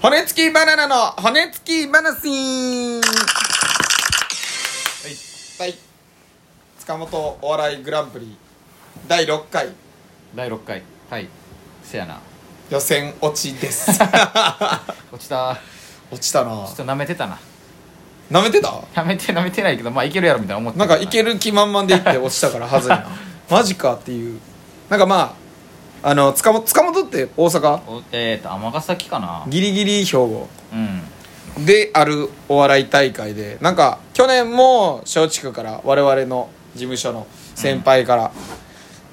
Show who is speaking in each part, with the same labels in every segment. Speaker 1: 骨付きバナナの骨付き話はいはい塚本お笑いグランプリ第6回
Speaker 2: 第6回はいせやな
Speaker 1: 予選落ちです
Speaker 2: 落ちた
Speaker 1: 落ちたな
Speaker 2: ちょっと舐めてたな
Speaker 1: 舐めてた
Speaker 2: 舐めて舐めてないけどまあいけるやろみたいな思って
Speaker 1: なんかいけ
Speaker 2: る
Speaker 1: る気満々でいって落ちたからはずいな マジかっていうなんかまああの塚本塚本って大阪
Speaker 2: おえっ、ー、と尼崎かな
Speaker 1: ギリギリ兵庫
Speaker 2: うん
Speaker 1: であるお笑い大会でなんか去年も松竹から我々の事務所の先輩から、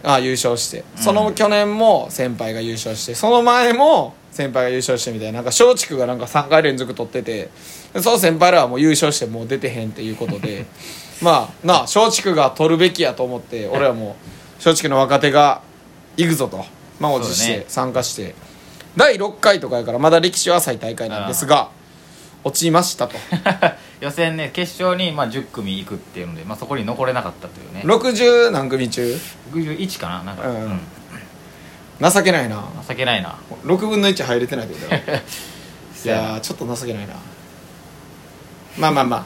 Speaker 1: あ優勝してその去年も先輩が優勝してその前も先輩が優勝してみたいななんか松竹がなんか3回連続取っててでその先輩らはもう優勝してもう出てへんっていうこと でまあなあ松竹が取るべきやと思って俺はもう松竹の若手が行くぞと満を持し
Speaker 2: そうだ
Speaker 1: て
Speaker 2: ね
Speaker 1: 参加して、第6回とかやからまだ歴史は浅い大会なんですが。落ちましたと
Speaker 2: 予選ね決勝にまあ10組行くっていうので、まあ、そこに残れなかったというね
Speaker 1: 60何組中
Speaker 2: 61かななんか、
Speaker 1: うん
Speaker 2: うん
Speaker 1: 情けないな
Speaker 2: 情けないな
Speaker 1: 6分の1入れてないってことだよい
Speaker 2: せ
Speaker 1: やーちょっと情けないなまあまあまあ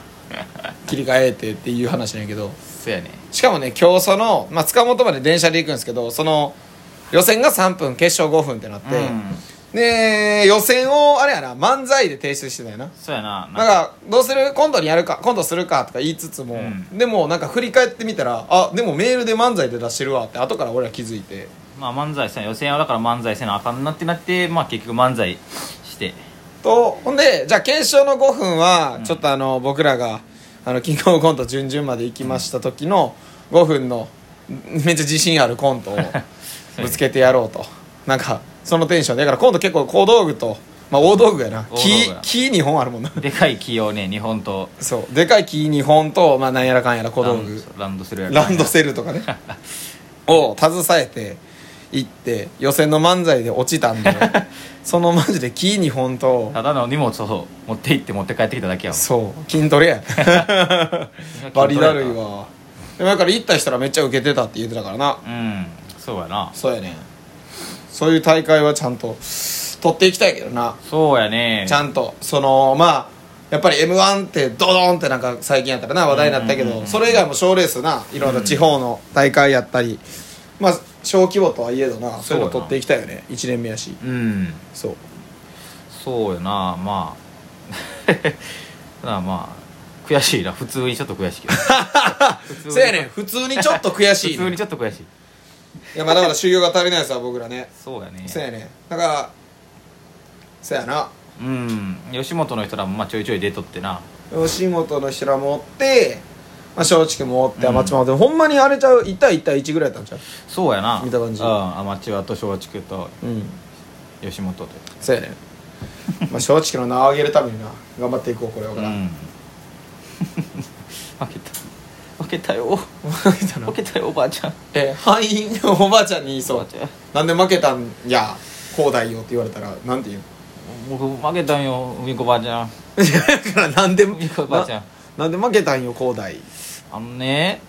Speaker 1: 切り替えてっていう話なんやけど
Speaker 2: せやね
Speaker 1: しかもね今日その、まあ、塚本まで電車で行くんですけどその予選が3分決勝5分ってなって、
Speaker 2: うん
Speaker 1: で予選をあれやな漫才で提出してたよな
Speaker 2: そうやな
Speaker 1: なんかどうするコントにやるかコントするかとか言いつつも、
Speaker 2: う
Speaker 1: でもなんか振り返ってみたらあでもメールで漫才で出してるわって後から俺は気づいて
Speaker 2: まあ漫才せな予選はだから漫才せなあかんなってなってまあ結局漫才して
Speaker 1: とほんでじゃあ検証の5分はちょっとあの、僕らがあのキングオブコント準々まで行きました時の5分のめっちゃ自信あるコン トをぶつけてやろうとなんかそのテンションでだから今度結構小道具と、まあ、大道具やな
Speaker 2: 大道具
Speaker 1: 木
Speaker 2: や
Speaker 1: 木2本あるもんな
Speaker 2: でかい木をね日本と
Speaker 1: そうでかい木2本と、まあ、なんやらかんやら小道具
Speaker 2: ランドセルや
Speaker 1: ランドセルとかねを携えて行って予選の漫才で落ちたんでそのマジで木2本と
Speaker 2: ただの荷物を持って行って持って帰ってきただけやもん
Speaker 1: そう筋トレやバリだるいわでもだから行った人らめっちゃ受けてたって言ってたからな
Speaker 2: うんそうやな
Speaker 1: そうやねんそういう大会はちゃんと取っていきたいけどな
Speaker 2: そうやね
Speaker 1: ちゃんとそのまあやっぱり m 1ってドドーンってなんか最近やったらな話題になったけ
Speaker 2: うんうんうんう
Speaker 1: ど
Speaker 2: ん
Speaker 1: それ以外も賞レースないろんな地方の大会やったり、まあ小規模とはいえどなそういうの
Speaker 2: そ
Speaker 1: 取
Speaker 2: うやな
Speaker 1: っていきたいよね1年目やし
Speaker 2: うん
Speaker 1: そう
Speaker 2: そうやなまあ なあまあ悔しいな普通にちょっと悔しいけ ど普通に
Speaker 1: せやねん普通にちょっと悔しい、
Speaker 2: 普通
Speaker 1: ね、
Speaker 2: にちょっと悔しい
Speaker 1: いやまあだから修行が足りないですわ僕らね
Speaker 2: そうやね
Speaker 1: そうやねだからそうやな
Speaker 2: うん吉本の人らもまあちょいちょい出とってな
Speaker 1: 吉本の人らもおって、まあ、松竹もおって
Speaker 2: うん
Speaker 1: アマチュアもおって、ほんまにあれちゃう1対1対1ぐらいだったんちゃ
Speaker 2: そうやな
Speaker 1: 見た感じ
Speaker 2: うんアマチュアと松竹と
Speaker 1: ううん
Speaker 2: 吉本と
Speaker 1: そうや ねまあ松竹の名を上げるためにな頑張っていこうこれを
Speaker 2: う
Speaker 1: から、
Speaker 2: ん 負けた負けたよ
Speaker 1: 負けたな
Speaker 2: 負けたよおばあちゃん
Speaker 1: え敗因のおばあちゃんに言いそ
Speaker 2: おばあ
Speaker 1: う
Speaker 2: ちゃん
Speaker 1: なんで負けたんやこうだよって言われたらなんて言う
Speaker 2: 僕負けたんよ海子ばあちゃん
Speaker 1: のいやだからなんで
Speaker 2: 海子ばあちゃん
Speaker 1: ななんで負けたんよこうだい
Speaker 2: あのね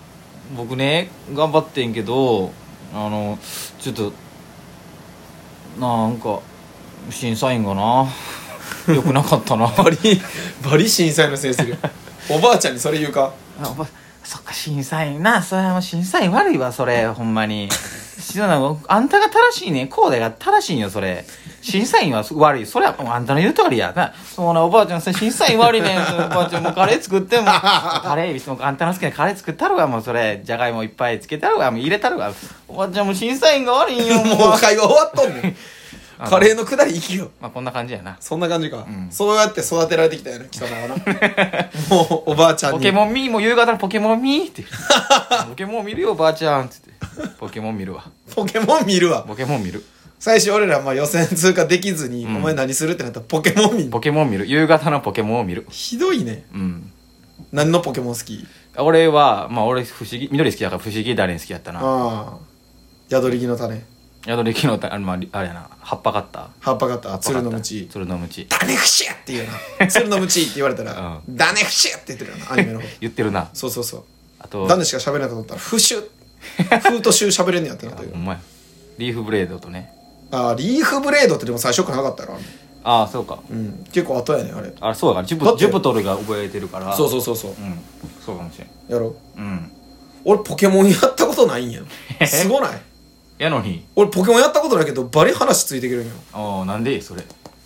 Speaker 2: 僕ね頑張ってんけどあのちょっとなんか審査員がな良くなかったな
Speaker 1: バリバリ審査員のせいにす るよおばあちゃんにそれ言うか
Speaker 2: あおばそっか審査員なそれはもう審査員悪いわそれほんまにしなあんたが正しいねんこうだが正しいんよそれ審査員は悪いそれはもうあんたの言う通りやなそうなおばあちゃんさ審査員悪いねんそうおばあちゃんもうカレー作ってもカレー別にあんたの好きなカレー作ったろがもうそれじゃがいもいっぱいつけたろがもう入れたろがおばあちゃんもう審査員が悪いんよ
Speaker 1: もう会話終わっとんねん
Speaker 2: あの
Speaker 1: カレーのくだり行きよ
Speaker 2: まあこんな感じやな
Speaker 1: そんな感じか、
Speaker 2: ん
Speaker 1: そうやって育てられてきたよね北川 なもうおばあちゃんに
Speaker 2: ポケモンミーも夕方のポケモンミーってポケモン見るよおばあちゃんっつってポケモン見るわ
Speaker 1: ポケモン見るわ
Speaker 2: ポケモン見る
Speaker 1: 最初俺らまあ予選通過できずに、
Speaker 2: うん
Speaker 1: お前何するってなったらポケモン見る
Speaker 2: ポケモン見る夕方のポケモンを見る
Speaker 1: ひどいね
Speaker 2: うん
Speaker 1: 何のポケモン好き
Speaker 2: 俺はまあ俺不思議緑好きだから不思議だれ好きやったな
Speaker 1: ああ宿り木の種
Speaker 2: 宿り木のたあの、まあり、あれやな葉っぱ買った
Speaker 1: 葉っぱ型鶴の
Speaker 2: チ
Speaker 1: 鞭
Speaker 2: 鶴の鞭
Speaker 1: ダネフシって言うな鶴の鞭って言われた ら、
Speaker 2: う
Speaker 1: ダネフシって言ってるよなアニメの 方
Speaker 2: 言ってるな
Speaker 1: そうそうそう
Speaker 2: あと
Speaker 1: ダネしか喋れなかったらフシュフーとシュ喋れん ねやってなっ
Speaker 2: あ
Speaker 1: てる
Speaker 2: ほんまやリーフブレードとね
Speaker 1: ああリーフブレードってでも最初からなかったよな
Speaker 2: ああそうか
Speaker 1: うん結構後やねんあれ
Speaker 2: あそうだからジュ
Speaker 1: だ
Speaker 2: プ
Speaker 1: って
Speaker 2: ジュプトルが覚えてるから
Speaker 1: そうそうそうそう
Speaker 2: うんそうかもしれん
Speaker 1: やろう
Speaker 2: うん
Speaker 1: 俺ポケモンやったことないん やすごない
Speaker 2: やのに
Speaker 1: 俺ポケモンやったことないけどバリ話ついてくるんよ
Speaker 2: ああなんでそれ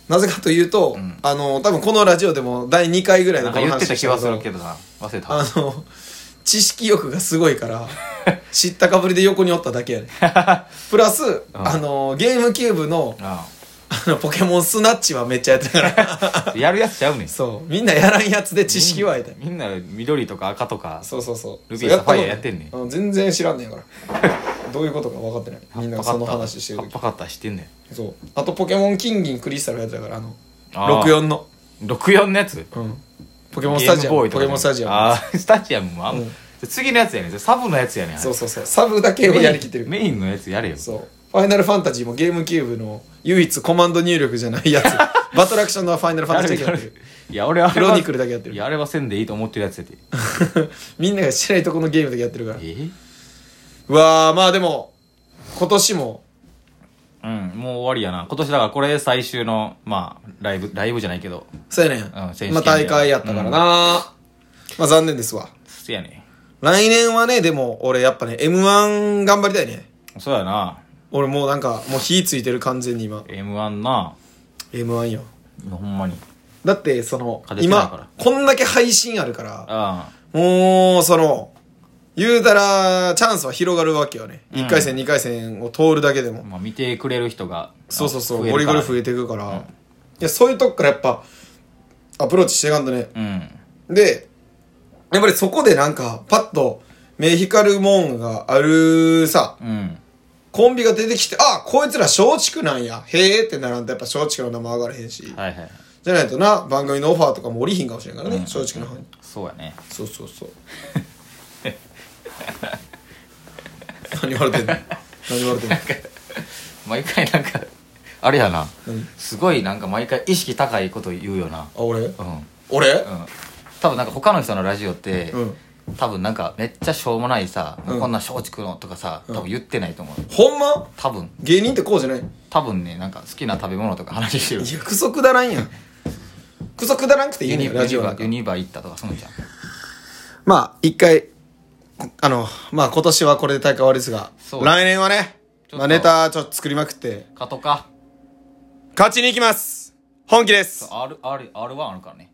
Speaker 1: なぜかというと、
Speaker 2: うん
Speaker 1: あの多分このラジオでも第2回ぐらい
Speaker 2: な
Speaker 1: で
Speaker 2: ん
Speaker 1: この
Speaker 2: か言って
Speaker 1: 話
Speaker 2: た
Speaker 1: し
Speaker 2: 気
Speaker 1: た
Speaker 2: は
Speaker 1: け
Speaker 2: す
Speaker 1: ど
Speaker 2: るけどな忘れた
Speaker 1: あの知識欲がすごいから 知ったかぶりで横におっただけやねプラス、あのゲームキューブの
Speaker 2: あ
Speaker 1: あのポケモンスナッチはめっちゃやってたから
Speaker 2: あやるやつちゃうねん
Speaker 1: そうみんなやらんやつで知識は得たい
Speaker 2: みんな緑とか赤とか
Speaker 1: そうそうそう
Speaker 2: ルビーサファイアやってんねん
Speaker 1: うん全然知らんねんから どういうことか分かってないみんなその話してる
Speaker 2: 葉っ
Speaker 1: 時
Speaker 2: ぱカッターしてんねん
Speaker 1: そうあとポケモン金銀クリスタルやってたからあの
Speaker 2: あー
Speaker 1: 64の
Speaker 2: 64のやつ
Speaker 1: うんポケモンスタジアム
Speaker 2: ゲームボーイと
Speaker 1: ポケ
Speaker 2: かじゃん
Speaker 1: モンスタジア
Speaker 2: ああスタジアムは
Speaker 1: うん
Speaker 2: 次のやつやねんサブのやつやねんあ
Speaker 1: ム
Speaker 2: れ
Speaker 1: そうそうそうサブだけをやりきってる
Speaker 2: メインメインのやつやれよ
Speaker 1: そうファイナルファンタジーもゲームキューブの唯一コマンド入力じゃないや つバトルアクションのファイナルファンタジーだけやってる
Speaker 2: いや俺はあれ
Speaker 1: クロ
Speaker 2: は
Speaker 1: ニクルだけやってる
Speaker 2: いやあれはせんでいいと思ってるや つやて
Speaker 1: みんなが知らないとこのゲームだけやってるから
Speaker 2: え
Speaker 1: うわーまあでも今年も
Speaker 2: うんもう終わりやな今年だからこれ最終のまあライブライブじゃないけど
Speaker 1: そうやねん、
Speaker 2: 選手権
Speaker 1: まあ大会やったからな、まあ残念ですわ
Speaker 2: せやね
Speaker 1: 来年はねでも俺やっぱね m 1頑張りたいね
Speaker 2: んそうやな
Speaker 1: 俺もうなんかもう火ついてる完全に今
Speaker 2: m 1な
Speaker 1: m 1よ
Speaker 2: ほんまに
Speaker 1: だってその
Speaker 2: 勝ててないから
Speaker 1: 今こんだけ配信あるから
Speaker 2: あ
Speaker 1: もうその言うたらチャンスは広がるわけよね、
Speaker 2: うん
Speaker 1: 1回戦2回戦を通るだけでも
Speaker 2: あ、まあ、見てくれる人が
Speaker 1: そうそうそう
Speaker 2: え
Speaker 1: ゴリ
Speaker 2: るか
Speaker 1: ゴ
Speaker 2: ら
Speaker 1: リ増えていくから、いやそういうとこからやっぱアプローチしていかんとね
Speaker 2: うん
Speaker 1: で、やっぱりそこでなんか、パッと、目光るもんがあるさ、
Speaker 2: うん
Speaker 1: コンビが出てきて、あ、こいつら松竹なんや、へえってならんとやっぱ松竹の名前上がれへんし、
Speaker 2: はいはい
Speaker 1: じゃないとな、番組のオファーとかも降りひんかもしれんからね、松竹の方に。
Speaker 2: そうやね
Speaker 1: そうそうそう。 何言われ てんの何言われてんの
Speaker 2: 毎回なんかあれやな
Speaker 1: 何
Speaker 2: すごいなんか毎回意識高いこと言うよな
Speaker 1: あ、俺
Speaker 2: うんうん
Speaker 1: 俺、
Speaker 2: 多分なんか他の人のラジオって、
Speaker 1: うん
Speaker 2: 多分なんかめっちゃしょうもないさ、
Speaker 1: うん
Speaker 2: こんな松竹のとかさ多分言ってないと思う
Speaker 1: ほんま
Speaker 2: 多分
Speaker 1: 芸人ってこうじゃない
Speaker 2: 多分ねなんか好きな食べ物とか話してる
Speaker 1: いや、クソくだらんやん。クソくだらんくてい
Speaker 2: ユ
Speaker 1: い
Speaker 2: ニ
Speaker 1: ね
Speaker 2: ユ
Speaker 1: ん、
Speaker 2: ニ
Speaker 1: ラジオな
Speaker 2: バ
Speaker 1: んか
Speaker 2: ユニバ行ったとかそのじゃん
Speaker 1: まあ、一回、こあの、まあ今年はこれで大会終わりですが、
Speaker 2: そう
Speaker 1: 来年はね、
Speaker 2: ちょっと
Speaker 1: まあネタちょっと作りまくって、
Speaker 2: かとか
Speaker 1: 勝ちに行きます本気です
Speaker 2: R1 あるからね